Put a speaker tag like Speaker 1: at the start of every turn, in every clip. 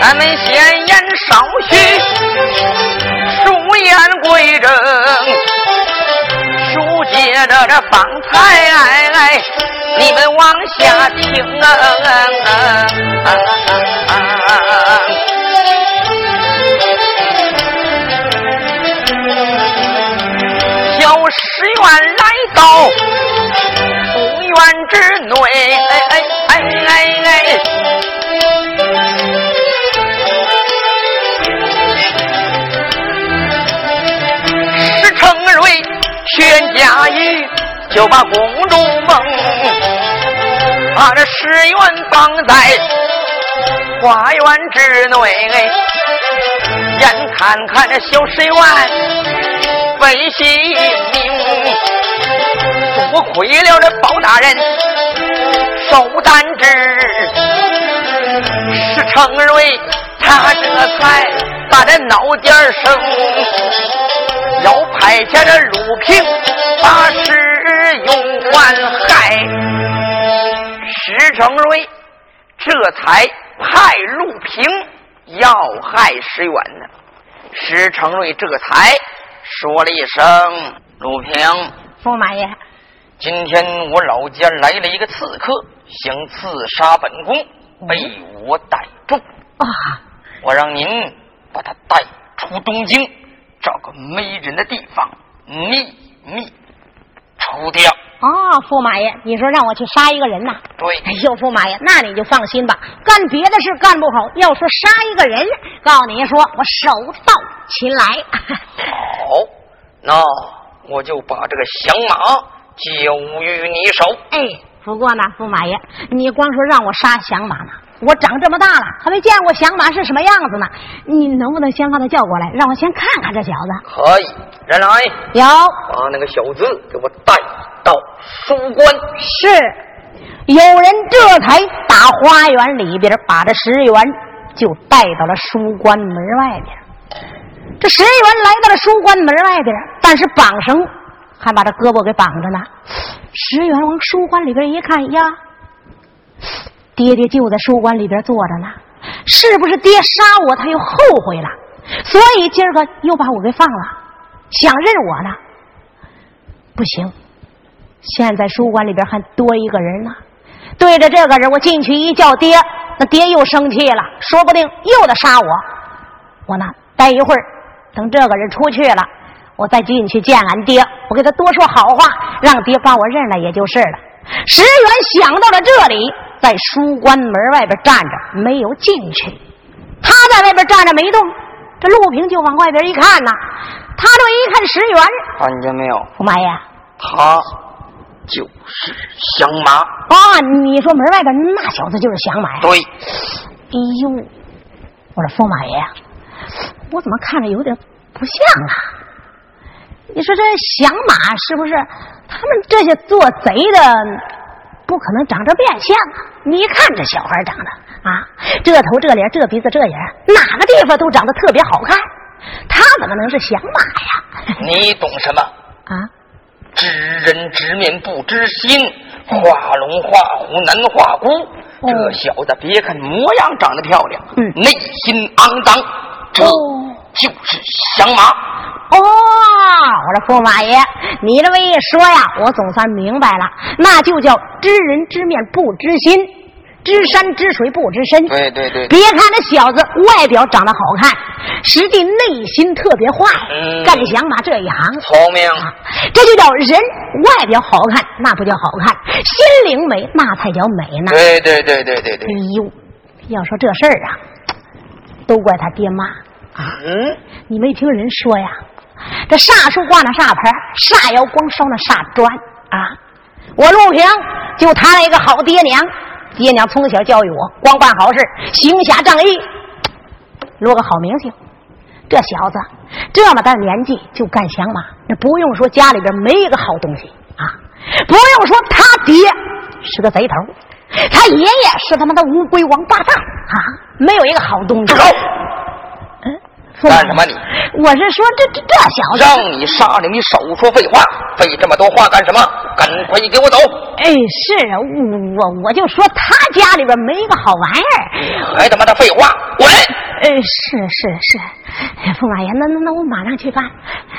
Speaker 1: 咱们闲言少叙，书言归正，书接着这方才，哎哎你们往下听啊。小十元来到五院之内，哎哎哎哎哎，石成瑞、宣家玉就把公主梦，把这十元放在花园之内，哎眼看看这小十元。费心命，多亏了这包大人手单指，石成瑞他这才把这脑尖儿生，要派下这鲁平把事用完害，石成瑞这才派陆平要害石远呢。石成瑞这才说了一声：“陆平，
Speaker 2: 驸马爷，
Speaker 1: 今天我老家来了一个刺客，想刺杀本宫，被我逮住。
Speaker 2: 哦，
Speaker 1: 我让您把他带出东京，找个没人的地方秘密除掉。
Speaker 2: 哦，驸马爷，你说让我去杀一个人呐？
Speaker 1: 对，
Speaker 2: 哎呦，驸马爷，那你就放心吧，干别的事干不好，要说杀一个人，告诉您说，我手到擒来。
Speaker 1: 好，那我就把这个响马交于你手。
Speaker 2: 哎，不过呢，驸马爷，你光说让我杀响马呢，我长这么大了还没见过响马是什么样子呢，你能不能先把他叫过来，让我先看看这小子？
Speaker 1: 可以，人来，
Speaker 2: 有
Speaker 1: 把那个小子给我带到书关。
Speaker 2: 是，有人这才打花园里边，把这石原就带到了书关门外边。这石原来到了书关门外边，但是绑绳还把这胳膊给绑着呢。石原往书关里边一看，呀，爹爹就在书馆里边坐着呢，是不是爹杀我？他又后悔了，所以今儿个又把我给放了，想认我呢。不行，现在书馆里边还多一个人呢。对着这个人，我进去一叫爹，那爹又生气了，说不定又得杀我。我呢，待一会儿，等这个人出去了，我再进去见俺爹，我给他多说好话，让爹把我认了也就是了。石原想到了这里，在书关门外边站着，没有进去。他在外边站着没动，这陆平就往外边一看呐、他这一看石原，
Speaker 1: 看见没有？
Speaker 2: 驸马爷，
Speaker 1: 他就是响马。
Speaker 2: 啊，你说门外边那小子就是想买。啊
Speaker 1: 对，
Speaker 2: 哎呦，我说驸马爷呀，啊我怎么看着有点不像啊？你说这响马是不是他们这些做贼的，不可能长这变相啊？你一看这小孩长得啊，这头这脸这鼻子这眼儿，哪个地方都长得特别好看，他怎么能是响马呀？
Speaker 1: 你懂什么？
Speaker 2: 啊，
Speaker 1: 知人知面不知心，
Speaker 2: 嗯
Speaker 1: 画龙画虎难画骨。这小子别看模样长得漂亮，
Speaker 2: 嗯
Speaker 1: 内心肮脏，这
Speaker 2: 哦
Speaker 1: 就是响马。
Speaker 2: 哦，我说驸马爷，你这么一说呀，我总算明白了，那就叫知人知面不知心，知山知水不知深。
Speaker 1: 对对对
Speaker 2: 别看这小子外表长得好看，实际内心特别坏，
Speaker 1: 嗯
Speaker 2: 干响马这一行。
Speaker 1: 聪明，
Speaker 2: 啊，这就叫人外表好看，那不叫好看；心灵美，那才叫美呢。
Speaker 1: 对对对对对
Speaker 2: 哎，呦，要说这事儿啊，都怪他爹妈。
Speaker 1: 嗯，
Speaker 2: 你没听人说呀？这煞树挂那煞牌，煞窑光烧那煞砖啊！我陆平就他那一个好爹娘，爹娘从小教育我，光办好事，行侠仗义，落个好名声。这小子这么大年纪就干响马，那不用说家里边没一个好东西啊，不用说他爹是个贼头，他爷爷是他妈的乌龟王八蛋啊，没有一个好东西
Speaker 1: 住。手！
Speaker 2: 说
Speaker 1: 干什么你？啊
Speaker 2: 我是说这这这小子，
Speaker 1: 让你杀了你少说废话，费这么多话干什么？赶快给我走！
Speaker 2: 哎，是啊，我我我就说他家里边没一个好玩意儿，
Speaker 1: 还他妈的废话，过来！
Speaker 2: 呃，是是是，哎驸马爷，那那那我马上去办。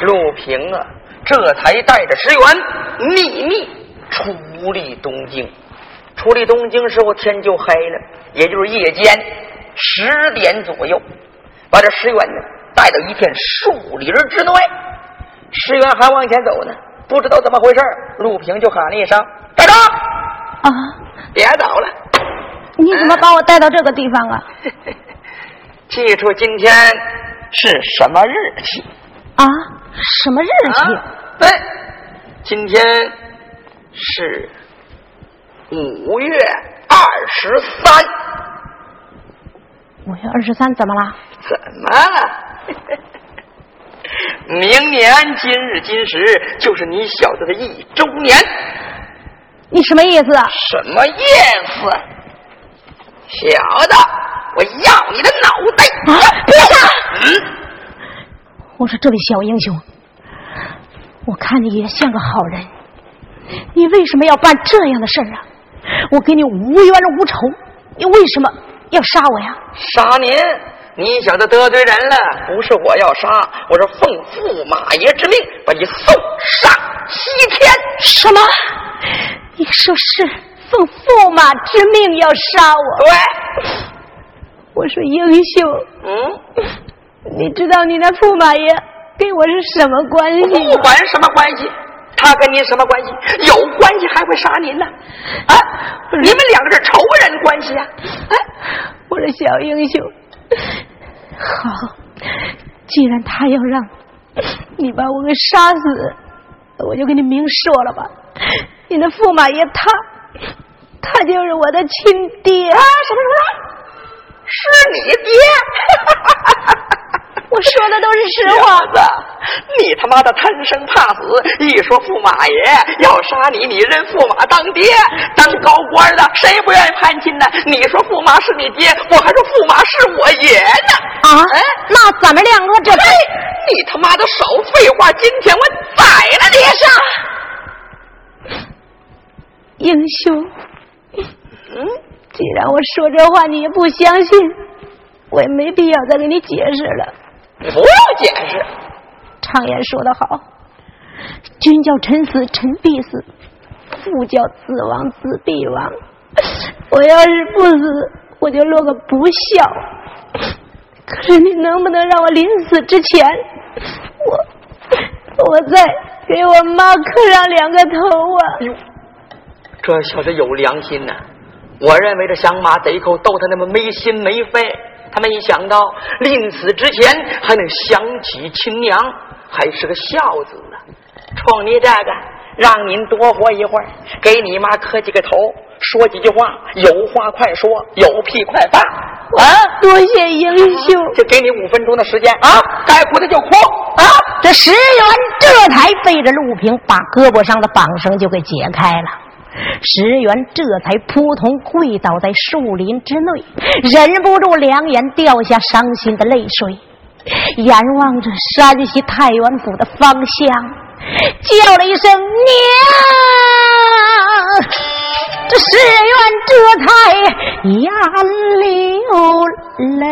Speaker 1: 陆平啊，这才带着石原秘密出离东京。出离东京时候天就黑了，也就是夜间十点左右，把这石原呢带到一片树林之内。石原还往前走呢，不知道怎么回事儿陆平就喊了一声：“站住！
Speaker 2: 啊，
Speaker 1: 别走了！”
Speaker 2: 你怎
Speaker 1: 哎
Speaker 2: 么把我带到这个地方啊？
Speaker 1: 记住今天是什么日期？
Speaker 2: 啊，什么日期？
Speaker 1: 啊，对，今天是五月二十三，
Speaker 2: 五、月二十三，怎么了？
Speaker 1: 怎么了？明年今日今时就是你小子的一周年，
Speaker 2: 你什么意思啊？
Speaker 1: 什么意思？小子，我要你的脑袋！
Speaker 2: 啊别打
Speaker 1: 嗯，
Speaker 2: 我说这位小英雄，我看你也像个好人，你为什么要办这样的事儿啊？我跟你无冤无仇，你为什么要杀我呀？
Speaker 1: 杀您！你小子得罪人了，不是我要杀，我是奉驸马爷之命把你送上西天。
Speaker 2: 什么？你说是奉驸马之命要杀我？
Speaker 1: 对，
Speaker 2: 我说英雄，
Speaker 1: 嗯，
Speaker 2: 你知道你那驸马爷跟我是什么关系
Speaker 1: 不
Speaker 2: 吗？
Speaker 1: 管什么关系，他跟您什么关系？有关系还会杀您呢？啊，你们两个是仇人关系啊！
Speaker 2: 哎，我说小英雄，好，既然他要让你把我给杀死，我就跟你明说了吧，你那驸马爷他，他就是我的亲爹啊！什么什么？
Speaker 1: 是你爹！
Speaker 2: 我说的都是实话
Speaker 1: 小。子，你他妈的贪生怕死，一说驸马爷要杀你，你认驸马当爹，当高官的谁不愿意攀亲呢？你说驸马是你爹，我还说驸马是我爷呢！
Speaker 2: 啊
Speaker 1: 哎，
Speaker 2: 那咱们两个这
Speaker 1: 嘿，你他妈的少废话！今天我宰了你！上，
Speaker 2: 英雄，
Speaker 1: 嗯
Speaker 2: 既然我说这话你也不相信，我也没必要再给你解释了。
Speaker 1: 嗯，不用解释。
Speaker 2: 常言说得好，君叫臣死，臣必死；父叫子亡，子必亡。我要是不死，我就落个不孝。可是你能不能让我临死之前，我我再给我妈磕上两个头啊？
Speaker 1: 哎呦，这小子有良心呐、我认为这响马贼寇斗他那么没心没肺，他没想到临死之前还能想起亲娘，还是个孝子呢。冲你这个，让您多活一会儿，给你妈磕几个头，说几句话，有话快说，有屁快放啊！
Speaker 2: 多谢英雄。
Speaker 1: 就给你五分钟的时间啊，该哭的就哭啊！
Speaker 2: 这石原这才背着陆平，把胳膊上的绑绳就给解开了。石原这才扑通跪倒在树林之内，忍不住两眼掉下伤心的泪水，眼望着山西太原府的方向，叫了一声娘。这石原这才眼流泪。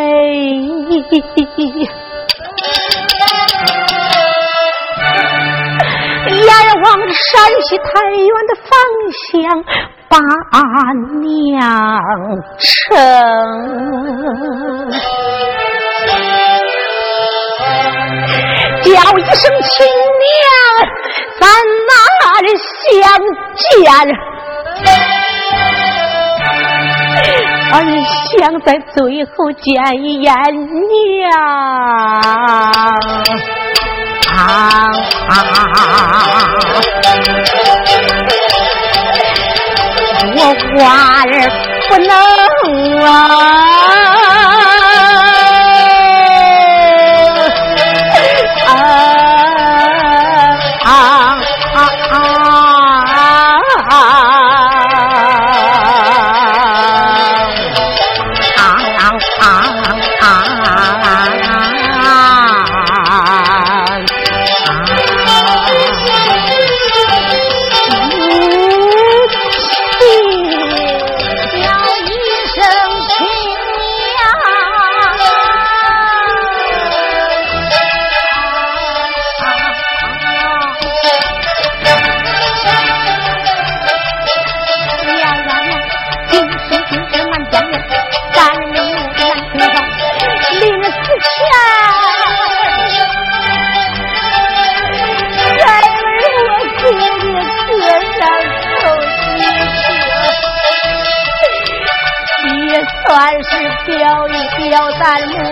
Speaker 2: 眼望着哎山西太原的方向，把娘称。叫一声亲娘，咱哪儿相见？儿想在最后见一眼娘。啊我花儿不能啊啊啊啊啊！啊啊啊啊！叫一声亲娘。
Speaker 3: 叫一叫三母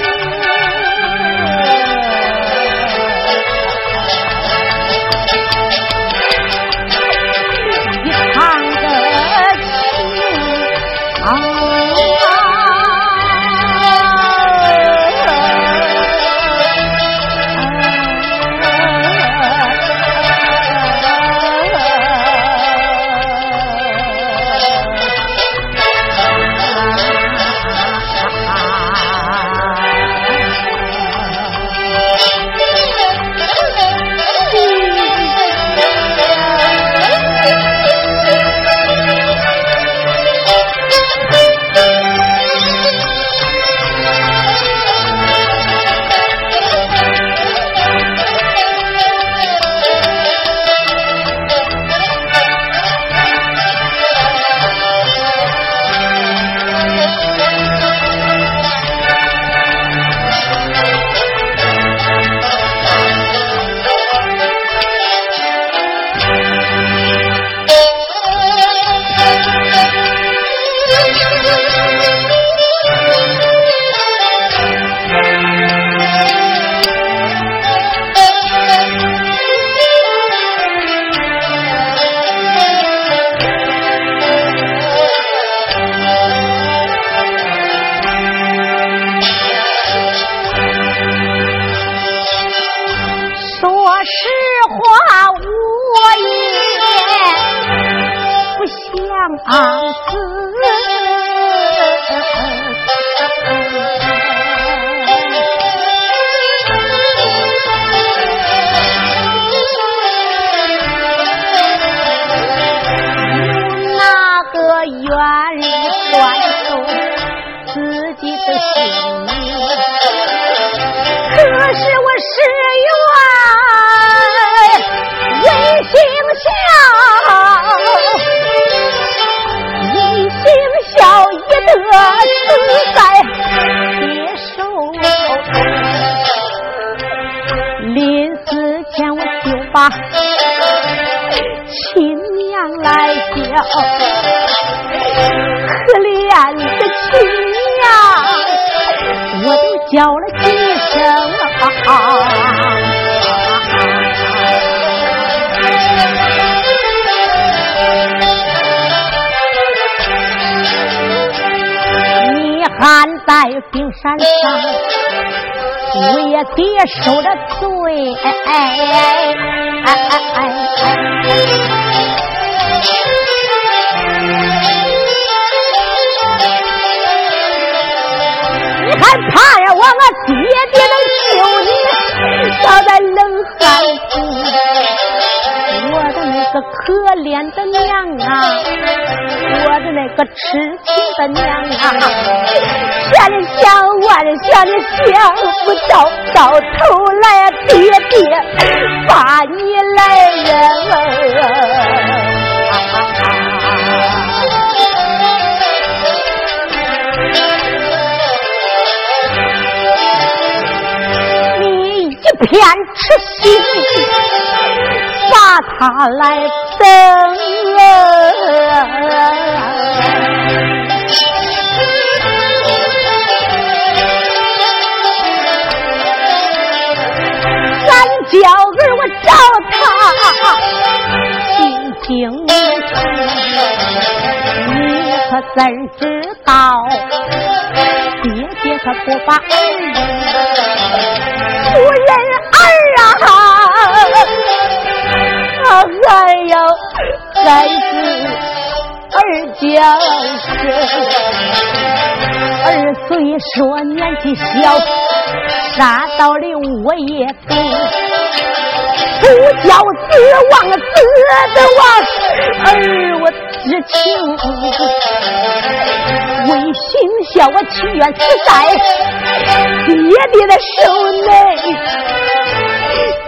Speaker 3: 一唱个情啊！
Speaker 2: 说实话，我也不想死。
Speaker 3: 那个圆管住自己的心
Speaker 2: 可是我十元一心孝，一心孝一得自在接受。临死前我就把亲娘来叫，可怜的亲娘。我都叫了几声啊！你还在冰山上，我也别受了罪。哎哎哎哎哎你还怕呀？我俺爹爹能救你，倒在冷汗中。我的那个可怜的娘啊，我的那个痴情的娘啊，想你想万你想你想不到，到头来爹爹把你来扔。你一片痴心，把他来等。三娇儿，我找他心情无趣，你可怎知道？爹爹他不把儿夫人儿啊，啊，哎呀，来自二家二虽说年纪小，啥道理我也懂。不教子忘子的忘，儿我知情。为心孝，我情愿死在爹爹的手内。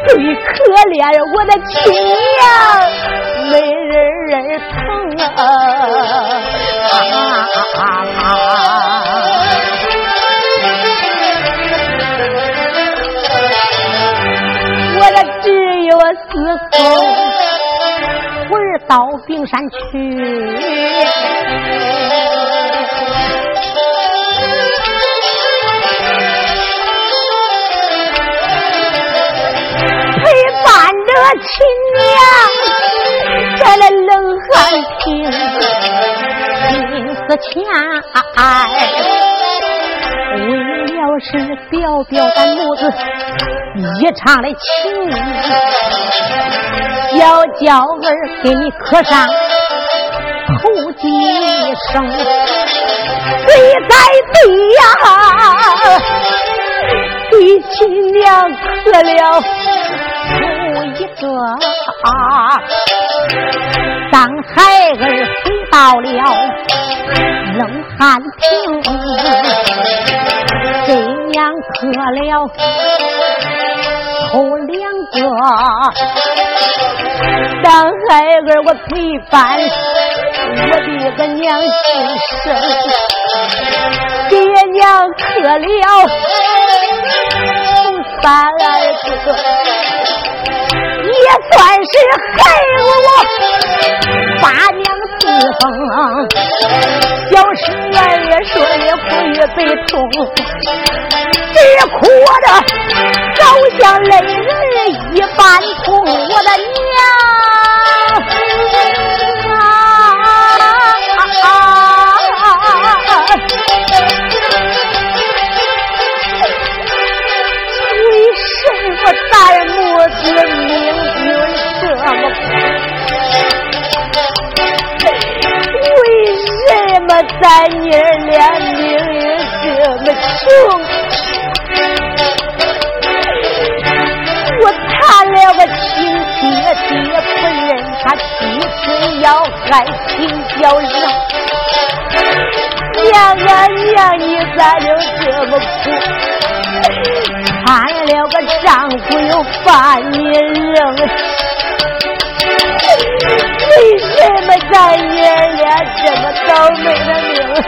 Speaker 2: 最可怜我的亲娘，没人儿疼啊！啊我的只有死后，魂儿到冰山去。亲娘在那冷汗听，心思掐，为了是表表咱母子一场的情，要叫儿给你刻上头几声，跪在地呀、给亲娘磕了头一个，当孩儿回到了冷汗亭，给娘磕了头两个，当孩儿我陪伴我的个娘今生，给娘磕了。三儿子也算是害我八娘四风，小十儿也说也苦也悲痛，只哭的好像泪人一般痛，我的啊娘啊！啊为什么咱母子命运这么苦？为什么咱娘俩命运这么穷？我谈了个亲爹爹不认他，提亲要害亲叫人。娘啊娘，你咋就这么苦？看了个丈夫又把你扔，为什么咱娘俩这么倒霉的命？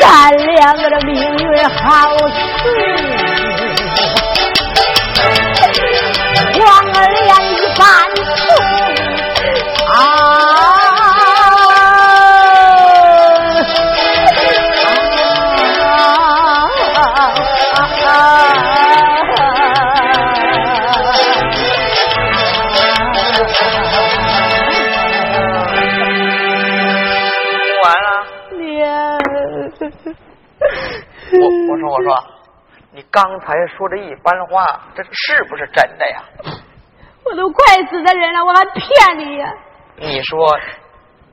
Speaker 2: 咱两个的命运好似黄粱一般粗啊！
Speaker 1: 哭完了。
Speaker 2: 娘，
Speaker 1: 我我说我说，你刚才说的一番话，这是不是真的呀？
Speaker 2: 我都快死的人了，我还骗你呀！
Speaker 1: 你说，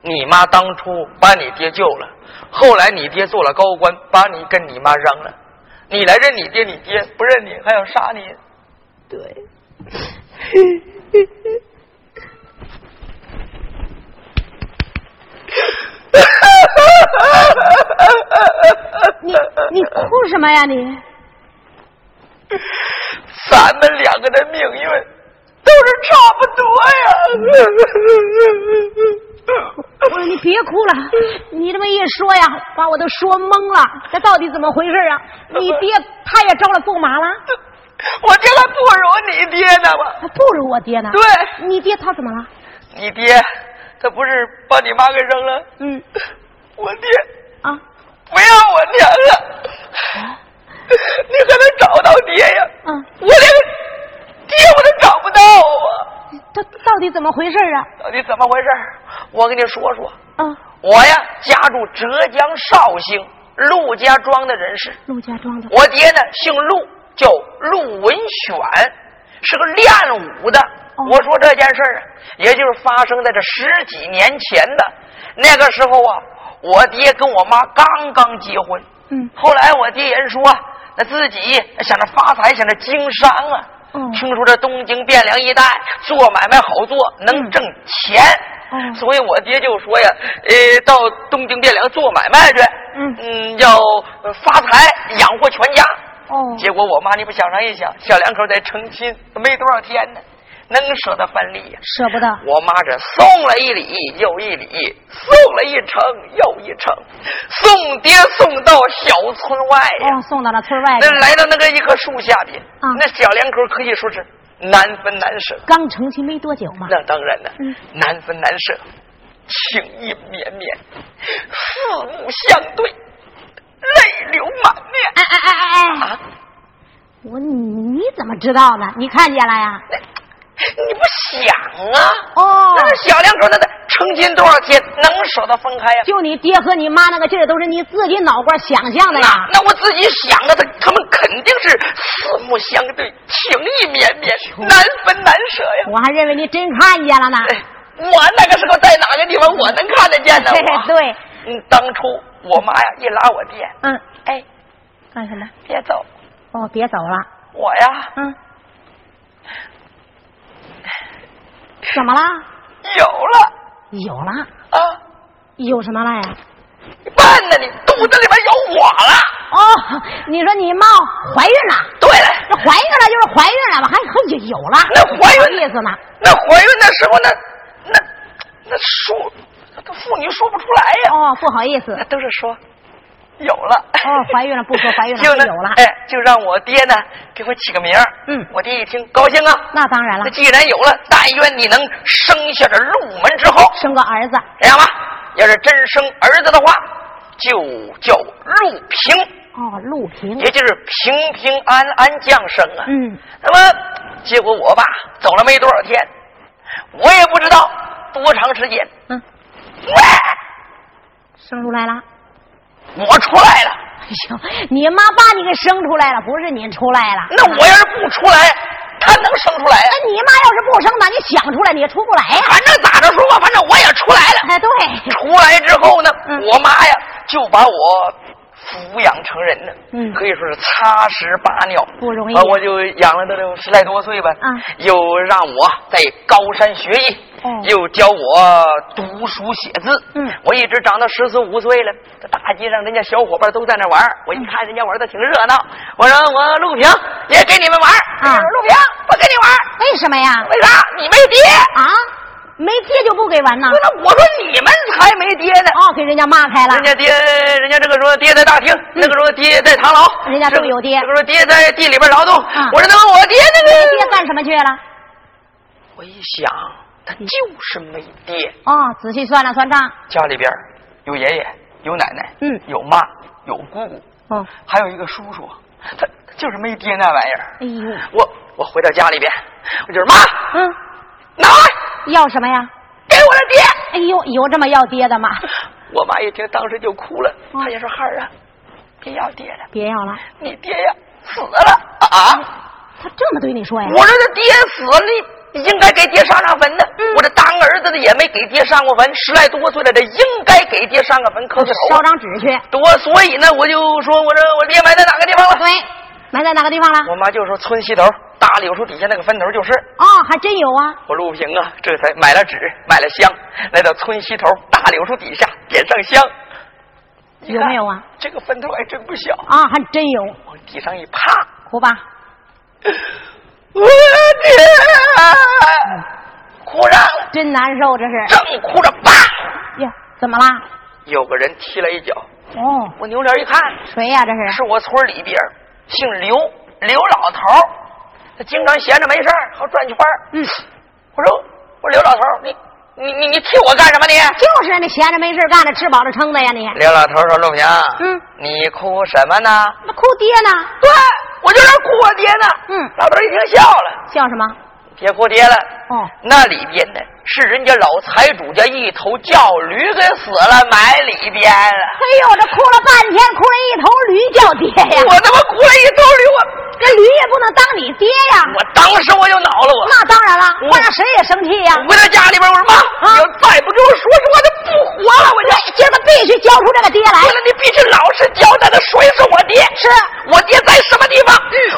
Speaker 1: 你妈当初把你爹救了，后来你爹做了高官，把你跟你妈扔了，你来认你爹，你爹不认你，还要杀你。
Speaker 2: 对，呃你你哭什么呀你？
Speaker 1: 咱们两个的命运都是差不多呀。
Speaker 2: 我说你别哭了，你这么一说呀，把我都说懵了，这到底怎么回事 啊？你爹他也招了驸马了，
Speaker 1: 我这还不如你爹呢吧？
Speaker 2: 他不如我爹呢。
Speaker 1: 对，
Speaker 2: 你爹他怎么了？
Speaker 1: 你爹他不是把你妈给扔了？
Speaker 2: 嗯，
Speaker 1: 我爹
Speaker 2: 啊，
Speaker 1: 不要我娘了，你还能找到爹呀？
Speaker 2: 嗯，
Speaker 1: 我连爹我都找不到啊！
Speaker 2: 他到底怎么回事啊？
Speaker 1: 到底怎么回事儿？我跟你说说，
Speaker 2: 啊，
Speaker 1: 我呀家住浙江绍兴陆家庄的人士，
Speaker 2: 陆家庄的，
Speaker 1: 我爹呢姓陆，叫陆文选，是个练武的。
Speaker 2: 哦
Speaker 1: 我说这件事儿啊，也就是发生在这十几年前的。那个时候啊，我爹跟我妈刚刚结婚，
Speaker 2: 嗯，
Speaker 1: 后来我爹人说，那自己想着发财，想着经商啊。
Speaker 2: 嗯
Speaker 1: 听说这东京汴梁一带做买卖好做，能挣钱。
Speaker 2: 嗯
Speaker 1: 所以我爹就说呀，呃，到东京汴梁做买卖去。
Speaker 2: 嗯
Speaker 1: 嗯，要呃发财养活全家。
Speaker 2: 哦
Speaker 1: 结果我妈，你不想上一想，小两口才成亲没多少天呢，能舍得分离呀？
Speaker 2: 舍不得。
Speaker 1: 我妈这送了一礼又一礼，送了一程又一程，送爹送到小村外呀。
Speaker 2: 哦，送到了村外
Speaker 1: 那
Speaker 2: 边，
Speaker 1: 来到那个一棵树下边，
Speaker 2: 啊
Speaker 1: 那小两口可以说是难分难舍。
Speaker 2: 刚成亲没多久嘛。
Speaker 1: 那当然了，
Speaker 2: 哦嗯
Speaker 1: 难分难舍，情意绵绵，四目相对，泪流满面
Speaker 2: 哎哎哎哎哎，
Speaker 1: 啊！
Speaker 2: 我你怎么知道呢？你看见了呀？
Speaker 1: 那不想啊。
Speaker 2: 哦
Speaker 1: 那小两口那得成亲多少天，能说到分开呀、
Speaker 2: 就你爹和你妈那个劲儿，都是你自己脑瓜想象的呀
Speaker 1: 那。那我自己想啊，他他们肯定是四目相对，情意绵绵，难分难舍呀。
Speaker 2: 我还认为你真看见了呢。
Speaker 1: 哎我那个时候在哪个地方我能看得见呢？我
Speaker 2: 对，
Speaker 1: 嗯，当初我妈呀一拉我爹，
Speaker 2: 嗯，
Speaker 1: 哎，
Speaker 2: 干什么？
Speaker 1: 别走，
Speaker 2: 哦，别走了。
Speaker 1: 我呀
Speaker 2: 嗯，怎么了？
Speaker 1: 有了
Speaker 2: 有了，
Speaker 1: 啊，
Speaker 2: 有什么了呀？
Speaker 1: 你办呢你肚子里边有我了。
Speaker 2: 哦，你说你妈怀孕了？
Speaker 1: 对了，
Speaker 2: 这怀孕了就是怀孕了吧？还还有有了？
Speaker 1: 那怀孕
Speaker 2: 什么意思呢？
Speaker 1: 那怀孕的时候那那那说，那妇女说不出来呀。
Speaker 2: 哦，不好意思
Speaker 1: 那，都是说有了。
Speaker 2: 哦怀孕了不说怀孕了
Speaker 1: 就那
Speaker 2: 说有了
Speaker 1: 哎，就让我爹呢给我起个名儿
Speaker 2: 嗯
Speaker 1: 我爹一听高兴啊。
Speaker 2: 那当然了
Speaker 1: 那，既然有了，但愿你能生下这入门之后，
Speaker 2: 生个儿子，
Speaker 1: 这样吧，要是真生儿子的话，就叫陆平，
Speaker 2: 哦，陆平，
Speaker 1: 也就是平平安安降生啊。
Speaker 2: 嗯，
Speaker 1: 那么，结果我爸走了没多少天，我也不知道多长时间，
Speaker 2: 嗯，
Speaker 1: 喂，
Speaker 2: 生出来了。
Speaker 1: 我出来了。
Speaker 2: 哎呦，你妈把你给生出来了，不是你出来了。
Speaker 1: 那我要是不出来，他能生出来？啊
Speaker 2: 那你妈要是不生，咋你想出来你也出不来呀、
Speaker 1: 反正咋着说吧，反正我也出来了。
Speaker 2: 哎，对，
Speaker 1: 出来之后呢，
Speaker 2: 嗯
Speaker 1: 我妈呀就把我抚养成人呢，
Speaker 2: 嗯
Speaker 1: 可以说是擦屎把尿，
Speaker 2: 不容易
Speaker 1: 啊我就养了都有十来多岁吧，
Speaker 2: 嗯
Speaker 1: 又让我在高山学艺，
Speaker 2: 哦
Speaker 1: 又教我读书写字，
Speaker 2: 嗯
Speaker 1: 我一直长到十四五岁了，这大街上人家小伙伴都在那玩儿
Speaker 2: 嗯
Speaker 1: 我一看人家玩的挺热闹，我说我陆平也给你们玩儿
Speaker 2: 啊
Speaker 1: 我说陆平不跟你玩儿
Speaker 2: 为什么呀？
Speaker 1: 为啥？你没爹。
Speaker 2: 啊，没爹就不给完呐？
Speaker 1: 那我说你们才没爹呢！
Speaker 2: 哦，给人家骂开了。
Speaker 1: 人
Speaker 2: 嗯
Speaker 1: 家爹，人家这个说爹在大厅，那个说爹在堂牢，
Speaker 2: 人家都有爹
Speaker 1: 这个说爹在地里边劳动。
Speaker 2: 啊
Speaker 1: 我说那我爹那
Speaker 2: 没
Speaker 1: 个，
Speaker 2: 爹干什么去了？
Speaker 1: 我一想，他就是没爹，
Speaker 2: 哦，仔细算了算账。
Speaker 1: 家里边有爷爷，有奶奶，
Speaker 2: 嗯
Speaker 1: 有妈，有姑姑，
Speaker 2: 哦，
Speaker 1: 还有一个叔叔，他就是没爹那玩意儿。
Speaker 2: 哎呦，
Speaker 1: 我我回到家里边，我就是妈，
Speaker 2: 嗯，
Speaker 1: 拿来
Speaker 2: 要什么呀？
Speaker 1: 给我的爹。
Speaker 2: 哎呦，有这么要爹的吗？
Speaker 1: 我妈一听，当时就哭了，她也说孩儿啊，别要爹了。
Speaker 2: 别要了，
Speaker 1: 你爹呀死了啊！
Speaker 2: 他这么对你说呀？
Speaker 1: 我说这爹死了，你应该给爹上上坟的。
Speaker 2: 嗯
Speaker 1: 我这当儿子的也没给爹上过坟，十来多岁了，这应该给爹上个坟磕个头
Speaker 2: 烧
Speaker 1: 啊。
Speaker 2: 张纸去。
Speaker 1: 多，所以呢，我就说，我说我爹埋在哪个地方了？
Speaker 2: 对，埋在哪个地方了？
Speaker 1: 我妈就说村西头大柳树底下那个坟头就是。
Speaker 2: 哦，还真有啊。
Speaker 1: 我陆平啊，这才买了纸，买了香，来到村西头大柳树底下点上香。一看
Speaker 2: 有没有啊？
Speaker 1: 这个坟头还真不小，
Speaker 2: 啊，还真有。
Speaker 1: 往地上一趴，
Speaker 2: 哭吧。
Speaker 1: 我爹
Speaker 2: 嗯
Speaker 1: 哭上了，
Speaker 2: 真难受，这是。
Speaker 1: 正哭着，叭，
Speaker 2: 呀，怎么啦？
Speaker 1: 有个人踢了一脚。
Speaker 2: 哦，
Speaker 1: 我扭脸一看，
Speaker 2: 谁呀、这是
Speaker 1: 是？我村里边儿姓刘刘老头儿，他经常闲着没事儿好转圈儿
Speaker 2: 嗯，
Speaker 1: 我说我说刘老头儿，你你你你踢我干什么你？
Speaker 2: 就是你闲着没事干着，吃饱了撑的呀你。
Speaker 1: 刘老头儿说：“陆平，
Speaker 2: 嗯，
Speaker 1: 你哭什么呢
Speaker 2: 那哭爹呢？？”
Speaker 1: 对，我就在那儿哭我爹呢。
Speaker 2: 嗯
Speaker 1: 老头儿一听笑了，
Speaker 2: 叫什么？
Speaker 1: 别哭爹了。
Speaker 2: 哦，
Speaker 1: 那里边呢是人家老财主家一头叫驴给死了埋里边了。
Speaker 2: 哎呦，这哭了半天，哭了一头驴叫爹呀！
Speaker 1: 我他妈哭了一头驴，
Speaker 2: 这驴也不能当你爹呀。
Speaker 1: 我我当时我就恼了我，
Speaker 2: 那当然了，
Speaker 1: 嗯
Speaker 2: 换了谁也生气呀。
Speaker 1: 我回到家里边我说妈，
Speaker 2: 啊
Speaker 1: 你要再不给我说实话，就不活了我就。
Speaker 2: 对，今儿他必须交出这个爹来
Speaker 1: 为。了你必须老实交代的，谁是我爹？
Speaker 2: 是啊嗯
Speaker 1: 我爹在什么地方？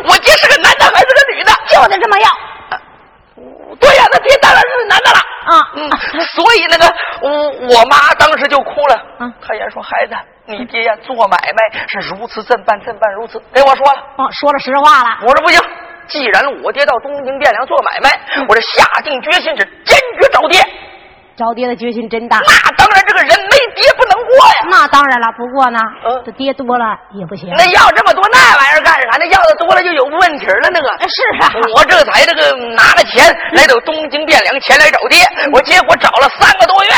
Speaker 1: 我爹是个男的还是个女的？
Speaker 2: 就得这么要。
Speaker 1: 对呀、那爹当然是男的了。
Speaker 2: 啊
Speaker 1: 嗯，所以那个我我妈当时就哭了。
Speaker 2: 嗯
Speaker 1: 她也说孩子，你爹呀做买卖是如此这般这般如此，给我说了。
Speaker 2: 哦，说了实话了。
Speaker 1: 我说不行，既然我爹到东京汴梁做买卖，我这下定决心是坚决找爹。
Speaker 2: 找爹的决心真大。
Speaker 1: 那当然，这个人没爹不能过呀。
Speaker 2: 那当然了，不过呢，
Speaker 1: 嗯
Speaker 2: 这爹多了也不行。
Speaker 1: 那要这么多那玩意儿干啥？那要的多了就有问题了。那个
Speaker 2: 哎是啊
Speaker 1: 我这才这个拿了钱来到东京汴梁前来找爹，
Speaker 2: 嗯
Speaker 1: 我结果找了三个多月，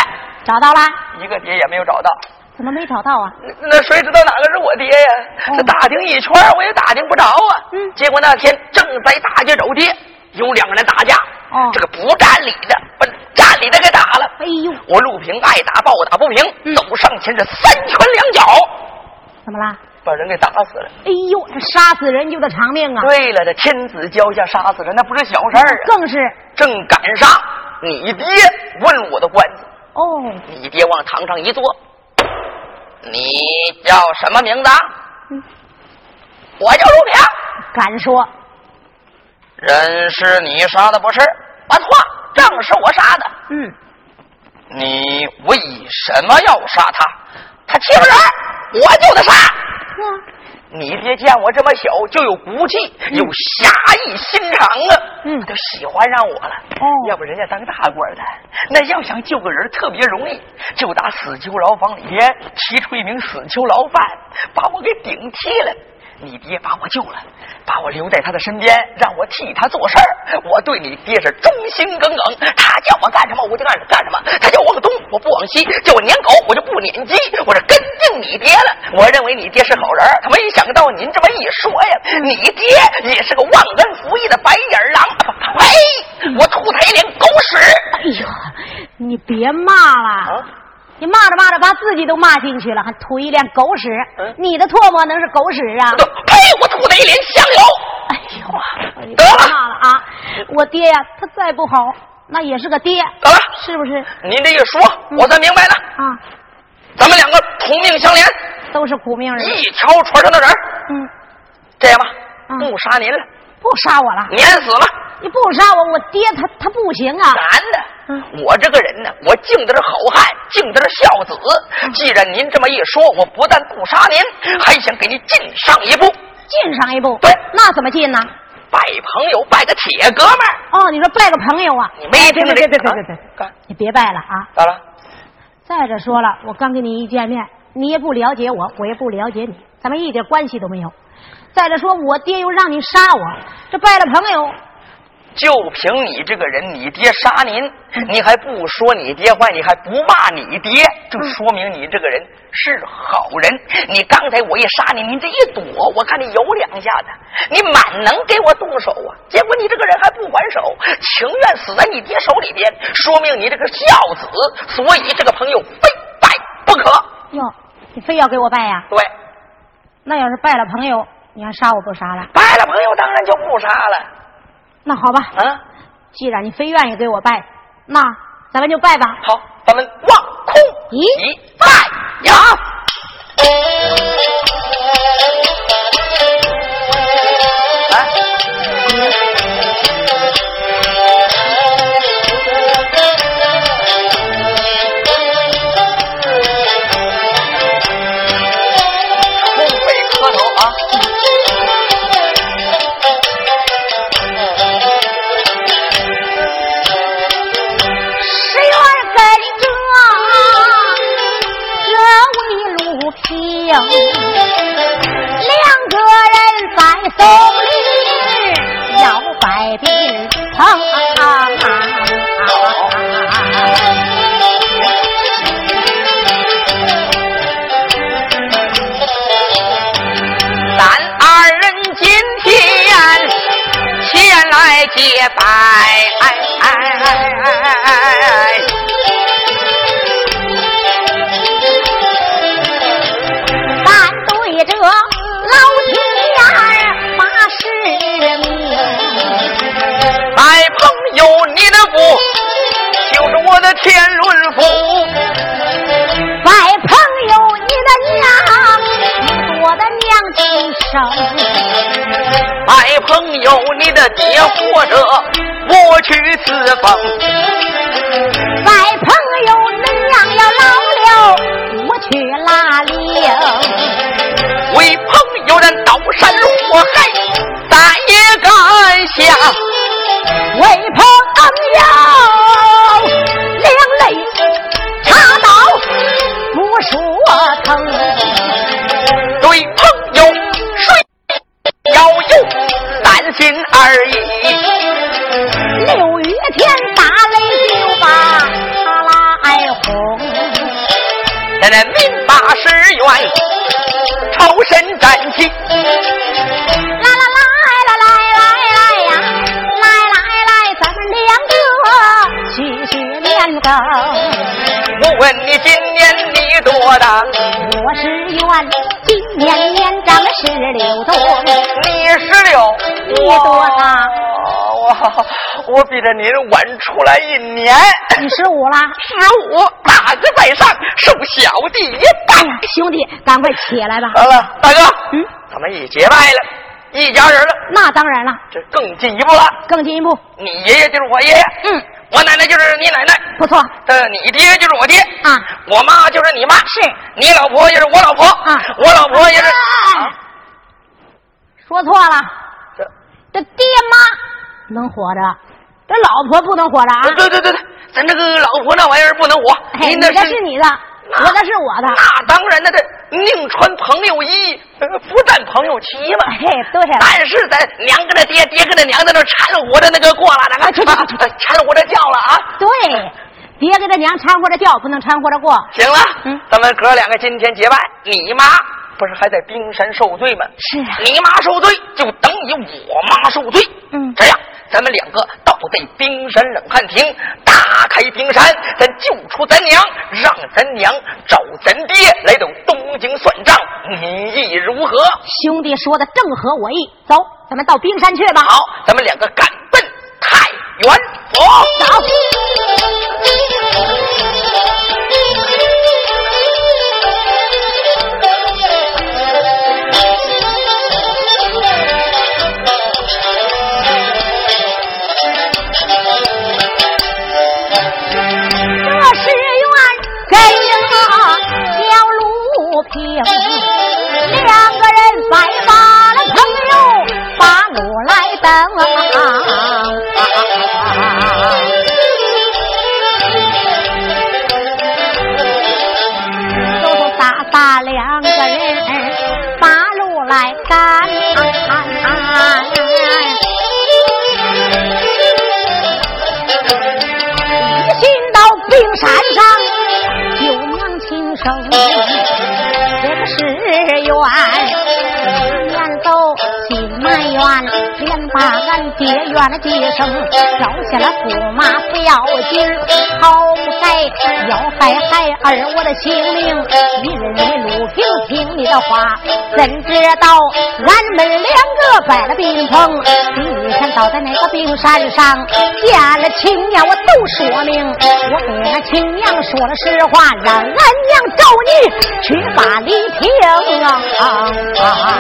Speaker 2: 找到了？
Speaker 1: 一个爹也没有找到。
Speaker 2: 怎么没找到啊？
Speaker 1: 那那谁知道哪个是我爹呀？
Speaker 2: 哦
Speaker 1: 这打听一圈我也打听不着啊。
Speaker 2: 嗯
Speaker 1: 结果那天正在大街走街，有两个人打架，
Speaker 2: 哦
Speaker 1: 这个不占理的，把占理的给打了。
Speaker 2: 哎呦，
Speaker 1: 我陆平爱打抱打不
Speaker 2: 嗯
Speaker 1: 平，走上前是三拳两脚，
Speaker 2: 怎么啦？
Speaker 1: 把人给打死了。
Speaker 2: 哎呦，这杀死人就得偿命啊！
Speaker 1: 对了，这天子脚下杀死人，那不是小哎事儿啊！
Speaker 2: 更是
Speaker 1: 正赶上你爹问我的官司，
Speaker 2: 哦，
Speaker 1: 你爹往堂上一坐，你叫什么名字啊？
Speaker 2: 嗯
Speaker 1: 我叫陆平。
Speaker 2: 敢说
Speaker 1: 人是你杀的，不是？完话，正是我杀的。
Speaker 2: 嗯，
Speaker 1: 你为什么要杀他？他欺负人，我就得杀。你别见我这么小就有骨气，有侠义心肠啊！
Speaker 2: 嗯
Speaker 1: 他就喜欢上我了。
Speaker 2: 哦
Speaker 1: 要不人家当大官的，那要想救个人特别容易，就打死囚牢房里边提出一名死囚牢犯，把我给顶替了。你爹把我救了，把我留在他的身边，让我替他做事儿。我对你爹是忠心耿耿，他叫我干什么我就干干什么，他叫我往东我不往西，叫我撵狗我就不撵鸡，我是跟定你爹了。我认为你爹是好人儿，他没想到您这么一说呀，你爹也是个忘恩负义的白眼狼。呸！我吐他一脸狗屎。
Speaker 2: 哎呦，你别骂了，
Speaker 1: 啊
Speaker 2: 你骂着骂着把自己都骂进去了，还吐一脸狗屎。
Speaker 1: 嗯
Speaker 2: 你的唾沫能是狗屎啊？
Speaker 1: 呸！我吐他一脸香油。
Speaker 2: 哎呦，你
Speaker 1: 得
Speaker 2: 别
Speaker 1: 了
Speaker 2: 骂了啊！我爹呀、他再不好，那也是个爹，
Speaker 1: 得了，
Speaker 2: 是不是？
Speaker 1: 您这一说，我算明白了，
Speaker 2: 啊，
Speaker 1: 咱们两个同命相连，
Speaker 2: 都是苦命人。
Speaker 1: 一条船上的人儿。
Speaker 2: 嗯，
Speaker 1: 这样吧，
Speaker 2: 嗯
Speaker 1: 不杀您了，
Speaker 2: 不杀我了，
Speaker 1: 碾死了。
Speaker 2: 你不杀我，我爹他他不行啊。
Speaker 1: 男的，我这个人呢，我敬的是好汉，敬的是孝子。既然您这么一说，我不但不杀您，还想给您进上一步，
Speaker 2: 进上一步，
Speaker 1: 对
Speaker 2: 那怎么进呢？
Speaker 1: 拜朋友，拜个铁哥们儿。
Speaker 2: 哦，你说拜个朋友啊？
Speaker 1: 你没听
Speaker 2: 哎
Speaker 1: 着
Speaker 2: 别
Speaker 1: 这啊
Speaker 2: 别别别别别，
Speaker 1: 干
Speaker 2: 你别拜了啊！
Speaker 1: 咋了？
Speaker 2: 再者说了，我刚跟你一见面，你也不了解我，我也不了解你，咱们一点关系都没有。再者说，我爹又让你杀我，这拜了朋友，
Speaker 1: 就凭你这个人，你爹杀您，你还不说你爹坏，你还不骂你爹，就说明你这个人是好人。你刚才我一杀你，你这一躲，我看你有两下子，你满能给我动手啊，结果你这个人还不还手，情愿死在你爹手里边，说明你这个孝子，所以这个朋友非拜不可。
Speaker 2: 哟，你非要给我拜呀？
Speaker 1: 对，
Speaker 2: 那要是拜了朋友，你还杀我不杀了？
Speaker 1: 拜了朋友当然就不杀了
Speaker 2: 那好吧，
Speaker 1: 啊。
Speaker 2: 既然你非愿意给我拜，那咱们就拜吧。
Speaker 1: 好，咱们望空
Speaker 2: 咦
Speaker 1: 一拜呀。啊哎空背磕头啊！
Speaker 3: 十元跟着这位鲁平，两个人在手里摇摆并腾。
Speaker 1: 咱二人今天前来结拜。哎
Speaker 3: 但对着老天儿把使命，
Speaker 1: 来朋友，你的福就是我的天伦福。
Speaker 3: 拜朋友你的娘，我的娘亲生。
Speaker 1: 来朋友，你的爹活着，我去自封。
Speaker 3: 拜朋友，恁娘要老了，我去拉领。
Speaker 1: 为朋友咱刀山落海，咱也敢下。
Speaker 3: 为朋友，两肋插刀不说疼。
Speaker 1: 对朋友谁要有三心二意，
Speaker 3: 六月天打雷就把他来轰，
Speaker 1: 咱那民把十元，超神战旗。
Speaker 3: 啦啦啦来来来来呀，来来来，咱们两个
Speaker 2: 头，
Speaker 1: 你十六，
Speaker 2: 你多大？
Speaker 1: 我我比着您晚出来一年，
Speaker 3: 你十五啦？
Speaker 1: 十五哪个在上，受小弟一拜
Speaker 3: 哎。呀，
Speaker 2: 嗯
Speaker 3: 兄弟，赶快起来吧！
Speaker 1: 好了，大哥，
Speaker 3: 嗯，
Speaker 1: 咱们一结拜了，一家人了，
Speaker 3: 那当然了，
Speaker 1: 这更进一步了。
Speaker 3: 更进一步，
Speaker 1: 你爷爷就是我爷爷，
Speaker 3: 嗯，
Speaker 1: 我奶奶就是你奶奶，
Speaker 3: 不错，
Speaker 1: 这你爹就是我爹，
Speaker 3: 啊，
Speaker 1: 我妈就是你妈，
Speaker 3: 是
Speaker 1: 你老婆就是我老婆，
Speaker 3: 啊
Speaker 1: 我老婆也是。
Speaker 3: 哎
Speaker 1: 啊
Speaker 3: 说错了，
Speaker 1: 这
Speaker 3: 这爹妈能活着，这老婆不能活着啊！
Speaker 1: 对对对对，咱这个老婆那玩意儿不能活，
Speaker 3: 嘿，
Speaker 1: 您
Speaker 3: 你
Speaker 1: 哎那
Speaker 3: 的是你的，
Speaker 1: 那
Speaker 3: 我的是我的。
Speaker 1: 那当然的，这宁穿朋友衣，呃不占朋友妻嘛。
Speaker 3: 嘿，对了，
Speaker 1: 但是咱娘跟他爹，爹跟他娘在那掺和着那个过了，那个、啊、 掺和着叫了啊。
Speaker 3: 对，别跟他娘掺和着叫，不能掺和着过。
Speaker 1: 行了，
Speaker 3: 嗯
Speaker 1: 咱们哥两个今天结拜，你妈不是还在冰山受罪吗？
Speaker 3: 是啊
Speaker 1: 你妈受罪就等于我妈受罪。
Speaker 3: 嗯
Speaker 1: 这样咱们两个倒在冰山冷汗亭，打开冰山，咱救出咱娘，让咱娘找咱爹来到东京算账，你意如何？
Speaker 3: 兄弟说的正合我意，走，咱们到冰山去吧。
Speaker 1: 好，咱们两个赶奔太原嗯府。
Speaker 3: 走。
Speaker 2: 这是愿跟着小路平，两个人拜把了朋友，把路来
Speaker 3: 啊
Speaker 2: 等。走走打打两个人，把路来赶。
Speaker 3: 啊
Speaker 2: 一进到冰山上，九娘轻声，这个是冤，连走心埋怨，连把俺爹怨了几声，招下了驸马不要紧，好不该要害孩儿我的性命，一人为路平听你的话，怎知道俺们两个摆了冰棚，第一天倒在那个冰山上，见了亲娘我都说明，我给那亲娘说了实话，让俺娘找你去把礼听啊。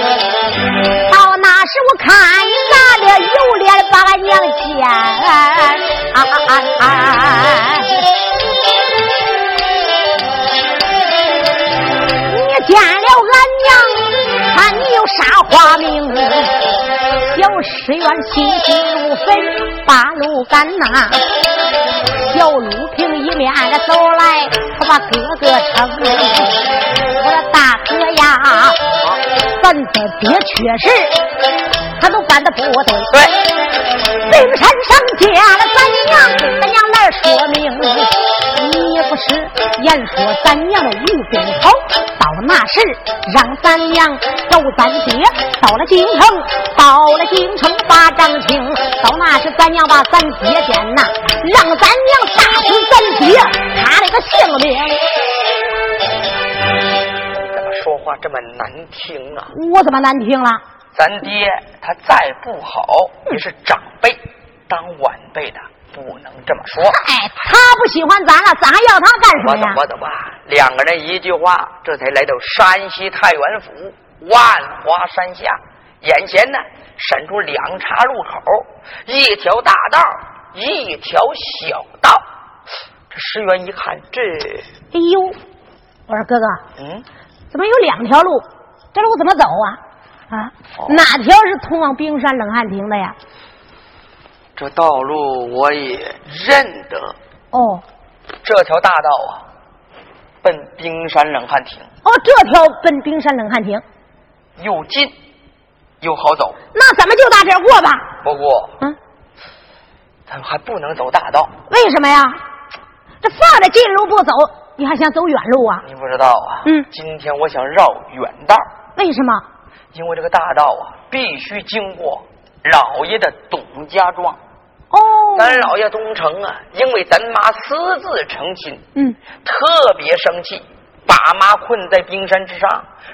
Speaker 2: 到那时我看你拿了右脸把俺娘见，啊啊啊啊你见了俺娘，看你有啥花名？小石原心急如焚，把路赶呐。小鲁平一面的走来，他把哥哥称，我说大哥呀，咱的爹确实他都办的不对。
Speaker 1: 对，
Speaker 2: 冰山上见了咱娘，咱娘来说明，你也不是言说咱娘的一边头，到那时让咱娘走咱爹，到了京城，到了京城把账清，到那时咱娘把咱爹见呐，让咱娘打死咱爹，他那个性命，
Speaker 1: 怎么说话这么难听啊？
Speaker 3: 我怎么难听了？
Speaker 1: 咱爹他再不好也是长辈，当晚辈的不能这么说。
Speaker 3: 哎，他不喜欢咱了，咱还要他干什么
Speaker 1: 我怎
Speaker 3: 呀？
Speaker 1: 么怎么，两个人一句话，这才来到山西太原府万华山下。眼前呢，闪出两岔路口，一条大道，一条小道。这石原一看，这
Speaker 3: 哎呦，我说哥哥，
Speaker 1: 嗯，
Speaker 3: 怎么有两条路？这路怎么走啊？啊，
Speaker 1: 哦
Speaker 3: 哪条是通往冰山冷汗亭的呀？
Speaker 1: 这道路我也认得，
Speaker 3: 哦，
Speaker 1: 这条大道啊，奔冰山冷汗亭，
Speaker 3: 哦，这条奔冰山冷汗亭，
Speaker 1: 又近又好走。
Speaker 3: 那咱们就打这儿过吧。
Speaker 1: 不过
Speaker 3: 嗯，
Speaker 1: 咱们还不能走大道，
Speaker 3: 为什么呀？这放着近路不走，你还想走远路啊？
Speaker 1: 你不知道啊。
Speaker 3: 嗯
Speaker 1: 今天我想绕远道，
Speaker 3: 为什么？
Speaker 1: 因为这个大道啊，必须经过老爷的董家庄。
Speaker 3: 哦，
Speaker 1: 咱老爷东城啊，因为咱妈私自成亲，
Speaker 3: 嗯，
Speaker 1: 特别生气，把妈困在冰山之上，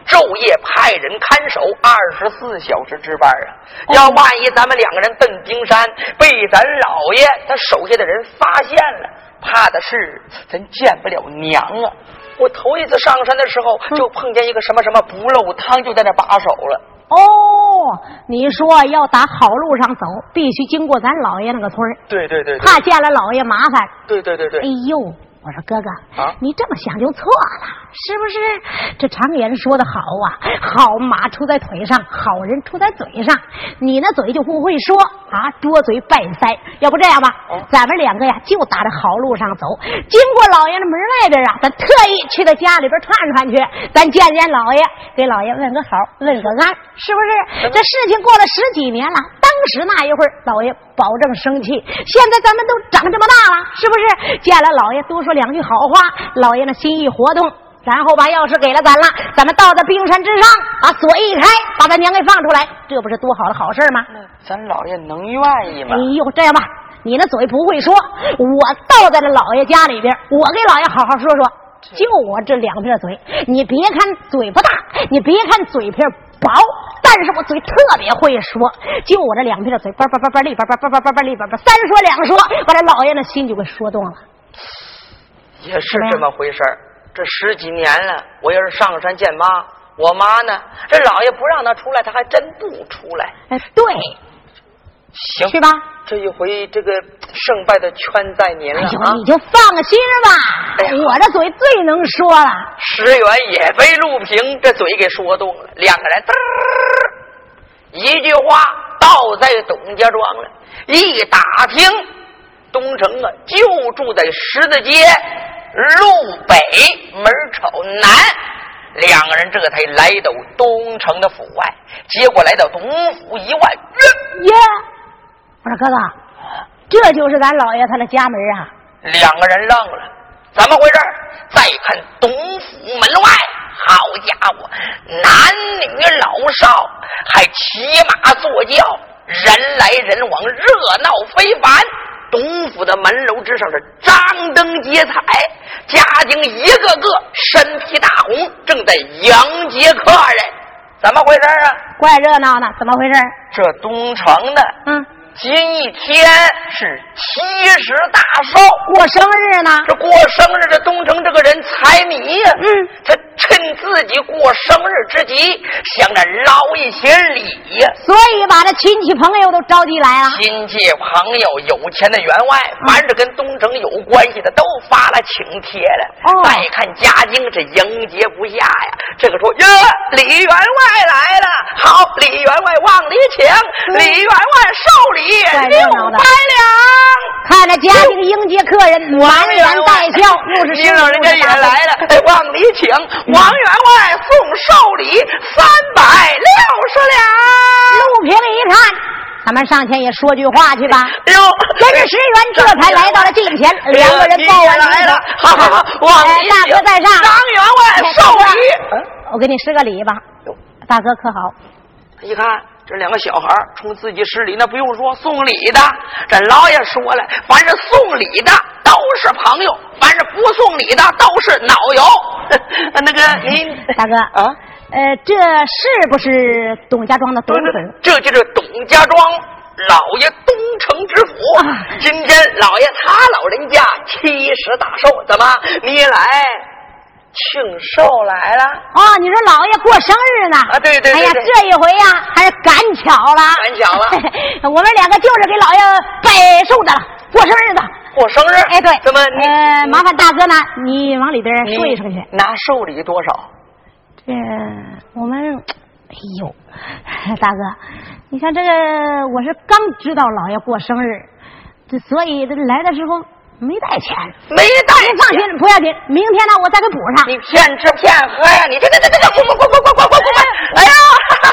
Speaker 1: 昼夜派人看守，二十四小时值班啊。要万一咱们两个人奔冰山，被咱老爷他手下的人发现了，怕的是咱见不了娘啊。我头一次上山的时候，就碰见一个什么什么不漏汤，就在那把守了。
Speaker 2: 哦，你说要打好路上走，必须经过咱老爷那个村儿
Speaker 1: 对对对，对
Speaker 2: 怕见了老爷麻烦。
Speaker 1: 对对对对
Speaker 2: 哎，呦，我说哥哥，
Speaker 1: 啊
Speaker 2: 你这么想就错了，是不是？这常言说的好啊，好马出在腿上，好人出在嘴上。你那嘴就不会说啊，多嘴败腮。要不这样吧，
Speaker 1: 哦
Speaker 2: 咱们两个呀就打着好路上走，经过老爷的门外边啊，咱特意去他家里边串串去，咱见见老爷，给老爷问个好，问个安，是不是？这事情过了十几年了，当时那一会儿老爷保证生气，现在咱们都长这么大了，是不是？见了老爷多说两句好话，老爷那心意活动。然后把钥匙给了咱了，咱们到了冰山之上，把锁一开，把咱娘给放出来，这不是多好的好事儿吗？
Speaker 1: 那哎咱老爷能愿意吗
Speaker 2: 哎？呦，这样吧，你那嘴不会说，我倒在这老爷家里边，我给老爷好好说说。就我这两片嘴，你别看嘴不大，你别看嘴皮薄，但是我嘴特别会说。就我这两片嘴，叭叭叭叭里叭叭叭叭叭叭里叭叭，三说两说，把这老爷那心就给说动了。
Speaker 1: 也是这么回事儿。这十几年了，我要是上山见妈，我妈呢，这老爷不让她出来，她还真不出来。
Speaker 2: 哎，对，
Speaker 1: 行，
Speaker 2: 去吧。
Speaker 1: 这一回这个胜败的圈在您
Speaker 2: 哎
Speaker 1: 了
Speaker 2: 呦，
Speaker 1: 啊！
Speaker 2: 你就放心吧
Speaker 1: 哎，呀
Speaker 2: 我这嘴最能说了。
Speaker 1: 石原也被陆平这嘴给说动了，两个人嘚儿一句话倒在董家庄了。一打听，东城啊就住在十字街路北门朝南。两个人这才来到东城的府外，结果来到东府一外，
Speaker 2: 耶！我说哥哥，这就是咱老爷他的家门啊！
Speaker 1: 两个人愣了，怎么回事儿？再看董府门外，好家伙，男女老少还骑马坐轿，人来人往，热闹非凡。董府的门楼之上是张灯结彩，家丁一个个身披大红，正在迎接客人。怎么回事儿啊？
Speaker 2: 怪热闹呢，怎么回事？
Speaker 1: 这东城的
Speaker 2: 嗯，
Speaker 1: 今一天是七十大寿。
Speaker 2: 过生日呢？
Speaker 1: 这过生日，这东城这个人财迷呀、
Speaker 2: 嗯，
Speaker 1: 他趁自己过生日之际，想着捞一些礼呀、
Speaker 2: 所以把这亲戚朋友都召集来了。
Speaker 1: 亲戚朋友、有钱的员外，
Speaker 2: 嗯
Speaker 1: 凡是跟东城有关系的，都发了请帖了。
Speaker 2: 哦
Speaker 1: 再看家丁是迎接不下呀。这个说哟，李员外来了，好，李员外望礼请，李员外受
Speaker 2: 怪
Speaker 1: 礼
Speaker 2: 热
Speaker 1: 六
Speaker 2: 嗯闹的
Speaker 1: 百两。
Speaker 2: 看着家里的迎接客人，满脸带笑，又是
Speaker 1: 您老人家也来了，哎，望礼请
Speaker 2: 嗯
Speaker 1: 王员外送寿礼三百六十两。
Speaker 2: 陆平一看，咱们上前也说句话去吧。
Speaker 1: 哟，
Speaker 2: 跟着石原这才来到了近前，两个人抱完
Speaker 1: 您也来了，好好好，望
Speaker 2: 哎
Speaker 1: 礼，
Speaker 2: 大
Speaker 1: 请
Speaker 2: 哥在上，
Speaker 1: 张员
Speaker 2: 哎
Speaker 1: 外寿礼。
Speaker 2: 呃我给你施个礼吧，大哥可好？哎
Speaker 1: 一看这两个小孩儿冲自己施礼，那不用说，送礼的。这老爷说了，凡是送礼的都是朋友，凡是不送礼的都是脑油。 那个您
Speaker 2: 大哥
Speaker 1: 啊。
Speaker 2: 呃，这是不是董家庄的董
Speaker 1: 对对
Speaker 2: 子？
Speaker 1: 这就是董家庄老爷东城知府。
Speaker 2: 啊
Speaker 1: 今天老爷他老人家七十大寿，怎么你也来庆寿来了？
Speaker 2: 哦，你说老爷过生日呢？
Speaker 1: 啊对对对
Speaker 2: 哎呀，
Speaker 1: 对
Speaker 2: 这一回呀、还是赶巧了。
Speaker 1: 赶巧了
Speaker 2: 我们两个就是给老爷拜寿的了，过生 日的。
Speaker 1: 过生日？
Speaker 2: 哎，对。
Speaker 1: 怎么你、
Speaker 2: 呃，麻烦大哥呢，你往里边
Speaker 1: 你
Speaker 2: 说一声去。
Speaker 1: 拿寿礼多少？
Speaker 2: 这我们，哎呦，大哥，你看这个，我是刚知道老爷过生日，这所以这来的时候没带钱。
Speaker 1: 没带
Speaker 2: 您哎放心，不要紧，明天呢我再给补上。
Speaker 1: 你骗吃骗喝呀！你这这这这这滚滚滚滚滚滚滚滚！哎呀，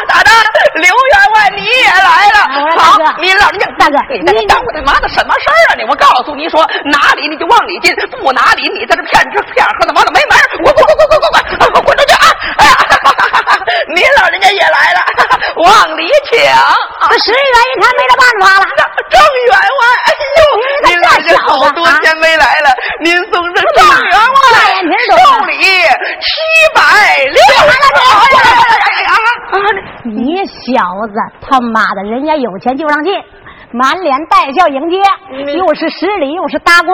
Speaker 1: 咋的？刘员外你也来
Speaker 2: 我
Speaker 1: 了？
Speaker 2: 说
Speaker 1: 好
Speaker 2: 大，哥
Speaker 1: 你老人家
Speaker 2: 大哥
Speaker 1: 你
Speaker 2: 您
Speaker 1: 你耽误他妈的什么事儿啊你？我告诉你说，拿礼你就往里进，不拿礼你在这骗吃骗喝的，妈的没门儿！滚滚滚滚滚滚滚，滚出去啊！哎呀，您老人家也来了，往里请。
Speaker 2: 这十元一看没这办法了。
Speaker 1: 张员外，哎呦，啊您老人家好多天没来了，您送这张员外寿礼七百六。啊哎
Speaker 2: 啊你小子他妈的，人家有钱就让进，满脸带笑迎接，
Speaker 1: 你
Speaker 2: 又是施礼又是搭躬，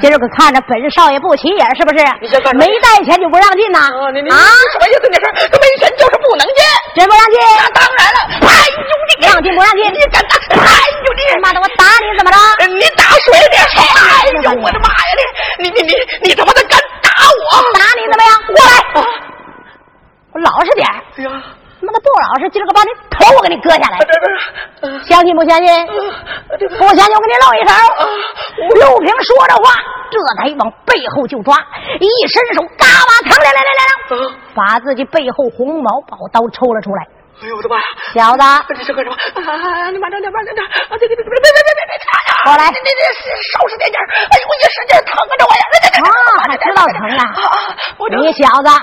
Speaker 2: 今儿个看着本少爷不起眼，是不是
Speaker 1: 嗯你先干？什么
Speaker 2: 没带钱就不让进呐？
Speaker 1: 啊，你你你
Speaker 2: 啊，
Speaker 1: 什么意思？你是他没钱就是不能进？
Speaker 2: 真不让进？
Speaker 1: 那当然了，哎呦你
Speaker 2: 让进不让进？
Speaker 1: 你敢打？哎呦你嗯
Speaker 2: 妈的，我打你怎么着？
Speaker 1: 你打水里手！哎呦我的妈呀！你你你你你他妈的敢打我？
Speaker 2: 打你怎么样？过来，我老实点儿
Speaker 1: 哎呀，
Speaker 2: 妈的不老实，今儿个把你头我给你割下来
Speaker 1: 啊这，这这
Speaker 2: 相信不相信？
Speaker 1: 呃，这个
Speaker 2: 不相信我给你露一手
Speaker 1: 啊。
Speaker 2: 陆平说着话，这才往背后就抓，一伸手，嘎巴腾，来来来来来，
Speaker 1: 啊，
Speaker 2: 把自己背后红毛宝刀抽了出来。
Speaker 1: 哎呦我的妈呀！
Speaker 2: 小子，
Speaker 1: 你是干什么？啊！你慢着点，慢着点！啊，对对对，别别别别别别！
Speaker 2: 过来
Speaker 1: 这这这收拾点劲儿！哎呦，我一使劲疼啊，这玩意儿！这这
Speaker 2: 啊，还知道疼啊？
Speaker 1: 我
Speaker 2: 你小子，
Speaker 1: 啊，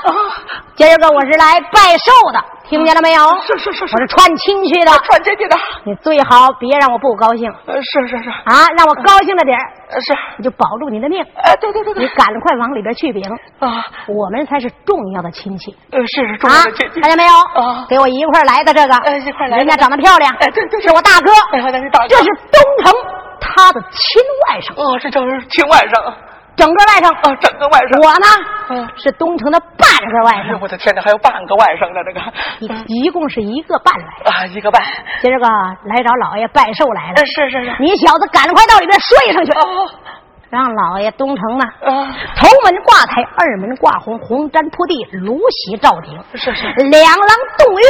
Speaker 2: 今儿个我是来拜寿的，听见了没有？
Speaker 1: 是是是是啊
Speaker 2: 我是串亲戚的，
Speaker 1: 转进去的，
Speaker 2: 你最好别让我不高兴
Speaker 1: 呃是是是
Speaker 2: 啊，让我高兴了点儿
Speaker 1: 呃是，
Speaker 2: 你就保住你的命。
Speaker 1: 哎对对对对，
Speaker 2: 你赶快往里边去禀，
Speaker 1: 啊
Speaker 2: 我们才是重要的亲戚。
Speaker 1: 呃是是重
Speaker 2: 啊
Speaker 1: 要的这，这
Speaker 2: 看见没有？
Speaker 1: 啊
Speaker 2: 给我一块儿来的这个，
Speaker 1: 哎一块儿来的
Speaker 2: 人家长得漂亮，
Speaker 1: 哎对对对
Speaker 2: 是我大哥，
Speaker 1: 哎我那是大哥
Speaker 2: 这是东城他的亲外甥，
Speaker 1: 哦这就是亲外甥啊，
Speaker 2: 整个外甥，
Speaker 1: 整个外甥，
Speaker 2: 我呢，
Speaker 1: 嗯
Speaker 2: 是东城的半个外
Speaker 1: 哎呦
Speaker 2: 甥，
Speaker 1: 我的嗯天哪，还有半个外甥呢这
Speaker 2: 一
Speaker 1: 个，
Speaker 2: 一共是一个半来甥。
Speaker 1: 啊一个半，
Speaker 2: 今儿个来找老爷拜寿来了
Speaker 1: 呃，是是是，
Speaker 2: 你小子赶快到里边睡上去，
Speaker 1: 哦
Speaker 2: 让老爷东城呢。
Speaker 1: 啊
Speaker 2: 头门挂台，二门挂红，红毡铺地，芦席罩顶，
Speaker 1: 是是。
Speaker 2: 两廊洞月，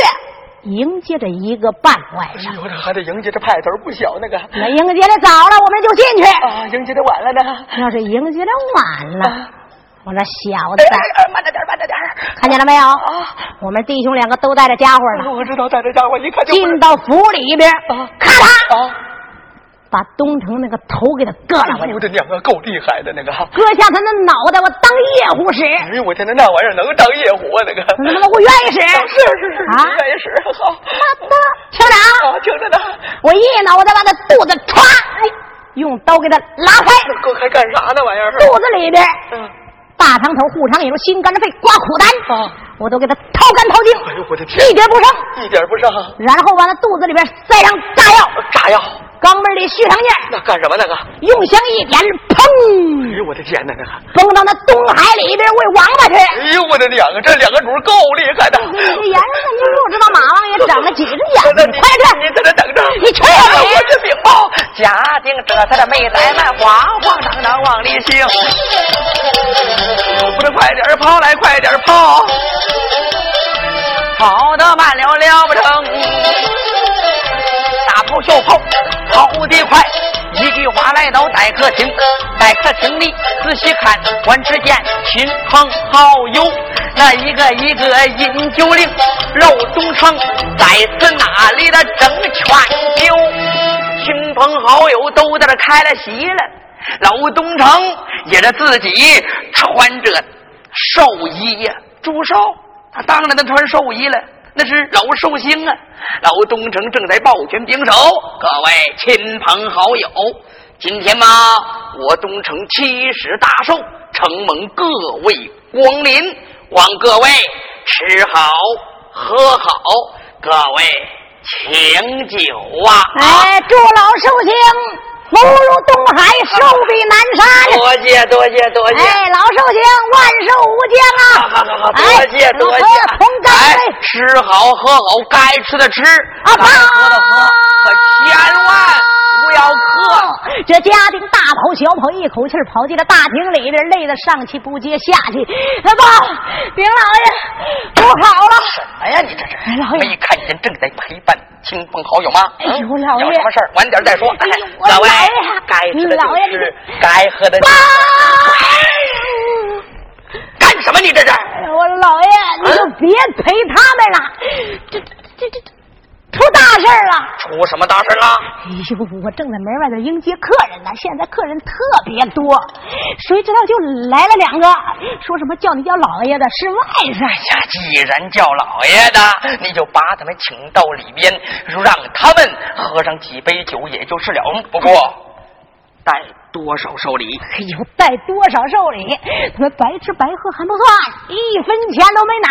Speaker 2: 迎接着一个半外
Speaker 1: 哎
Speaker 2: 甥。
Speaker 1: 呦，这还得迎接这派头不小那个，
Speaker 2: 那迎接的早了，我们就进去；
Speaker 1: 啊，迎接的晚了呢。
Speaker 2: 要是迎接的晚了，我那小
Speaker 1: 哎
Speaker 2: 子，
Speaker 1: 啊哦哎哎，慢着点，慢着点。
Speaker 2: 看见了没有？
Speaker 1: 啊，
Speaker 2: 我们弟兄两个都带着家伙呢，
Speaker 1: 哎我知道，在这家伙一看就不
Speaker 2: 进
Speaker 1: 是
Speaker 2: 到府里边，
Speaker 1: 啊
Speaker 2: 咔嚓，
Speaker 1: 啊！
Speaker 2: 把东城那个头给他割了
Speaker 1: 哎
Speaker 2: 过
Speaker 1: 呦
Speaker 2: 去
Speaker 1: 我，的娘啊，够厉害的那个！
Speaker 2: 割下他的脑袋，我当夜壶使，
Speaker 1: 哎呦，我天哪，那玩意儿能当夜壶啊那个？
Speaker 2: 他妈的我愿意使。
Speaker 1: 是是是，
Speaker 2: 啊
Speaker 1: 愿意使。好，
Speaker 2: 他他厅长，
Speaker 1: 啊，听着呢。
Speaker 2: 我一脑袋把他肚子歘，
Speaker 1: 哎
Speaker 2: 用刀给他拉开，
Speaker 1: 这够还干啥呢？玩意儿？
Speaker 2: 肚子里边
Speaker 1: 嗯
Speaker 2: 大肠头、护肠疣、心肝肺、刮苦丹，
Speaker 1: 啊！
Speaker 2: 我都给他掏干掏净。
Speaker 1: 哎呦，我的天，
Speaker 2: 一点不剩。
Speaker 1: 一点不上。
Speaker 2: 然后往他肚子里边塞上炸药，
Speaker 1: 炸药
Speaker 2: 肛门里续上劲儿，
Speaker 1: 那干什么那个？
Speaker 2: 用香一点，
Speaker 1: 哎
Speaker 2: 砰，
Speaker 1: 呦，我的天哪，那个！
Speaker 2: 蹦到那东海里边喂王八去。
Speaker 1: 哎呦，我的娘啊，这两个主儿够厉害的。
Speaker 2: 这眼上你不知道马王爷长了几只眼
Speaker 1: 那
Speaker 2: 睛，
Speaker 1: 你
Speaker 2: 快点
Speaker 1: 你在这等着，
Speaker 2: 你去吧你
Speaker 1: 我这禀报，家丁这才的没怠慢，慌慌张张往里行，不是快点儿跑来，快点儿跑，跑得慢了了不成，大炮小炮跑得快，一句话来到待客厅，待客厅里仔细看，观只见亲朋好友，那一个一个饮酒令，肉中盛，在此那里的争圈酒，亲朋好友都在这开了席了，老东城也是自己穿着寿衣呀、祝寿，他当然他穿寿衣了。那是老寿星啊！老东城正在抱拳拱手，各位亲朋好友，今天嘛，我东城七十大寿，承蒙各位光临，望各位吃好喝好，各位请酒啊！
Speaker 2: 哎，祝老寿星福如东海，寿比南山。
Speaker 1: 啊多谢多谢多谢！
Speaker 2: 哎，老寿星万寿无
Speaker 1: 好
Speaker 2: 疆啊！
Speaker 1: 好好好，多
Speaker 2: 哎
Speaker 1: 谢多谢
Speaker 2: 老头子同！
Speaker 1: 哎
Speaker 2: 干杯，
Speaker 1: 吃好喝好，该吃的吃，
Speaker 2: 啊
Speaker 1: 该喝的喝，可千万不要客。
Speaker 2: 哦这家丁大跑小跑，一口气儿跑进了大厅里边，累得上气不接下气。哎爸，丁老爷，不好了！
Speaker 1: 哎呀，你这是
Speaker 2: 哎老爷
Speaker 1: 没看见正在陪伴亲朋好友吗？
Speaker 2: 哎呦
Speaker 1: 嗯
Speaker 2: 老爷
Speaker 1: 有什么事儿晚点再说。
Speaker 2: 哎呦我
Speaker 1: 老外
Speaker 2: 老爷
Speaker 1: 该吃的
Speaker 2: 老爷
Speaker 1: 就
Speaker 2: 你
Speaker 1: 吃
Speaker 2: 这，
Speaker 1: 该喝的就
Speaker 2: 爸，
Speaker 1: 喝干什么？你这是？
Speaker 2: 哎我老爷，
Speaker 1: 嗯
Speaker 2: 你就别陪他们了，这这这这出大事儿了！
Speaker 1: 出什么大事了？
Speaker 2: 哎呦，我正在门外头迎接客人呢，现在客人特别多，谁知道就来了两个，说什么叫你叫老爷的是外甥。
Speaker 1: 哎呀，既然叫老爷的，你就把他们请到里边，让他们喝上几杯酒也就是了。不过，带多少寿礼？
Speaker 2: 哎呦，带多少寿礼？他们白吃白喝还不算，一分钱都没拿。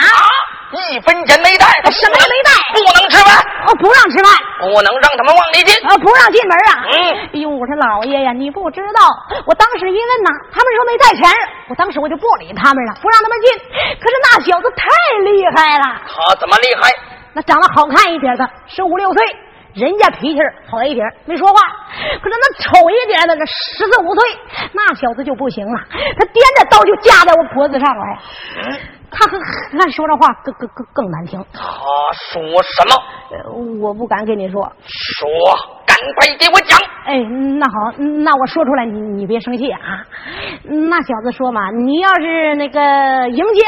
Speaker 1: 一分钱没带，
Speaker 2: 什么也没带
Speaker 1: 啊不能吃饭，
Speaker 2: 哦，不让吃饭，
Speaker 1: 不能让他们往里进。
Speaker 2: 啊，不让进门啊！
Speaker 1: 嗯
Speaker 2: 哎呦，我说老爷呀，你不知道，我当时一问呐，他们说没带钱，我当时我就不理他们了，不让他们进。可是那小子太厉害了，
Speaker 1: 他怎么厉害？
Speaker 2: 那长得好看一点的，十五六岁，人家脾气儿好一点儿，没说话。可是那丑一点的，那十四五岁，那小子就不行了，他掂着刀就架在我脖子上了。嗯他和他说这话更更更更难听，
Speaker 1: 他说什么？
Speaker 2: 呃我不敢跟你说。
Speaker 1: 说，赶快给我讲。
Speaker 2: 哎，那好，那我说出来，你你别生气啊。那小子说嘛，你要是那个迎接，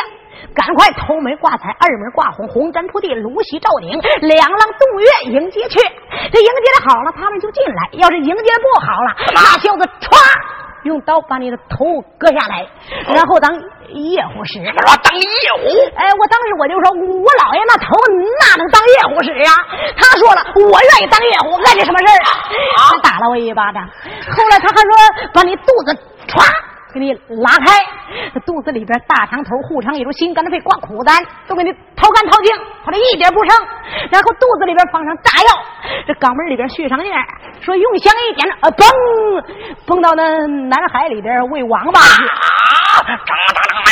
Speaker 2: 赶快头门挂彩，二门挂红，红毡铺地，芦席罩顶，两浪洞月迎接去。这迎接的好了，他们就进来；要是迎接的不好了，那小子歘，用刀把你的头割下来，然后当夜壶使。
Speaker 1: 他妈当夜壶，
Speaker 2: 哎，我当时我就说，我姥爷那头那能当夜壶使啊？他说了，我愿意当夜壶，干这什么事儿啊？他打了我一巴掌，后来他还说把你肚子歘给你拉开，肚子里边大肠头、护肠有心肝肺、挂苦丹都给你掏干掏净，后来一点不剩，然后肚子里边放上炸药，这肛门里边续上劲儿，说用香一点，呃，嘣，蹦到那南海里边喂王八去。
Speaker 1: 啊，张大张，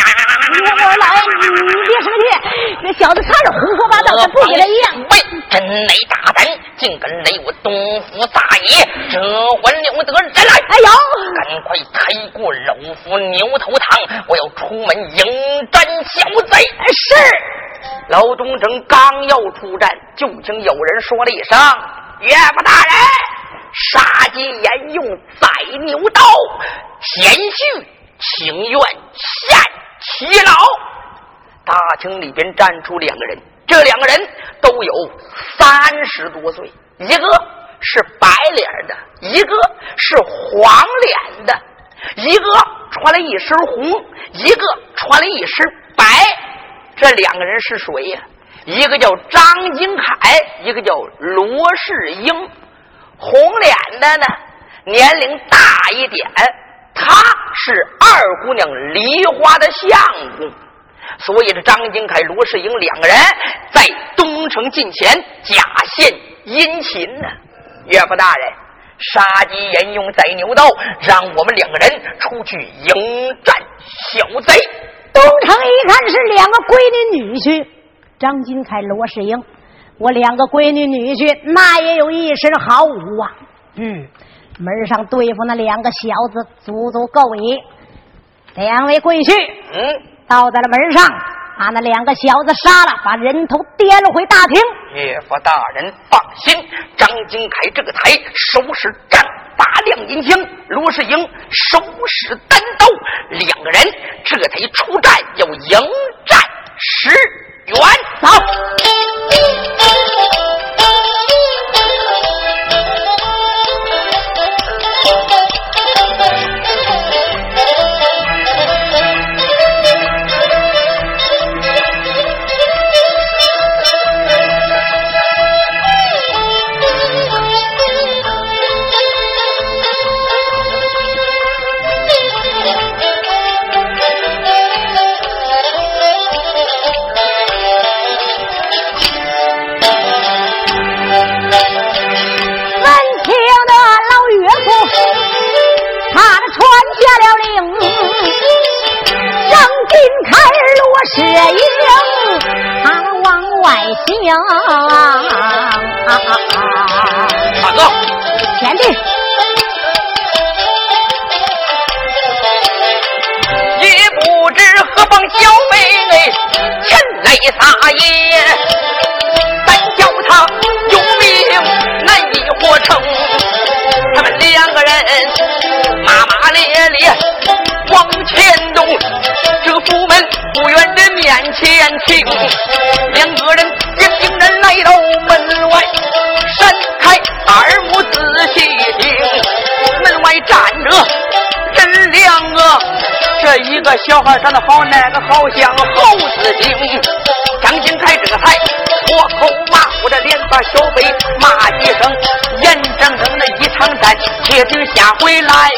Speaker 2: 我我老爷，你别生气，那小子他是胡说八道，他不给他样。
Speaker 1: 喂，哎真雷大胆，竟敢雷我东府大爷，这还了得人来！
Speaker 2: 哎呦，
Speaker 1: 赶快开过老夫牛头堂，我要出门迎战小贼。
Speaker 2: 哎
Speaker 1: 是，老东城刚要出战，就听有人说了一声：“岳父大人，杀鸡焉用宰牛刀？贤婿，情愿献其劳。”大厅里边站出两个人，这两个人都有三十多岁，一个是白脸的，一个是黄脸的，一个穿了一身红，一个穿了一身白。这两个人是谁呀、一个叫张金凯，一个叫罗世英。红脸的呢，年龄大一点，他是二姑娘梨花的相公。所以这张金凯、罗世英两个人在东城近前假献殷勤呢、岳父大人，杀鸡焉用宰牛刀，让我们两个人出去迎战小贼。
Speaker 2: 东城一看是两个闺女女婿，张金凯、罗世英，我两个闺女女婿那也有一身好武啊。嗯，门上对付那两个小子足足够矣。两位贵婿，
Speaker 1: 嗯，
Speaker 2: 到在了门上，把那两个小子杀了，把人头颠回大厅。
Speaker 1: 岳父大人放心，张金凯这个台手使丈八亮银枪，罗世英手使单刀，两个人这才出战，要迎战石原。走。
Speaker 2: 门听得老岳父，他传下了令，让金开罗石营，他往外行。
Speaker 1: 大哥，
Speaker 2: 贤弟，
Speaker 1: 也不知何方小妹前来撒野，但叫他有命难以活成。他们两个人骂骂咧咧往前走，这个府门不远的面前停，两个人也竟然来到门外，闪开耳目仔细听，门外站着。真亮啊！这一个小孩长得好，那个好像猴子精。张金凯这个才破口骂，我这连把小北骂几声，眼睁睁的一场战，且等下回来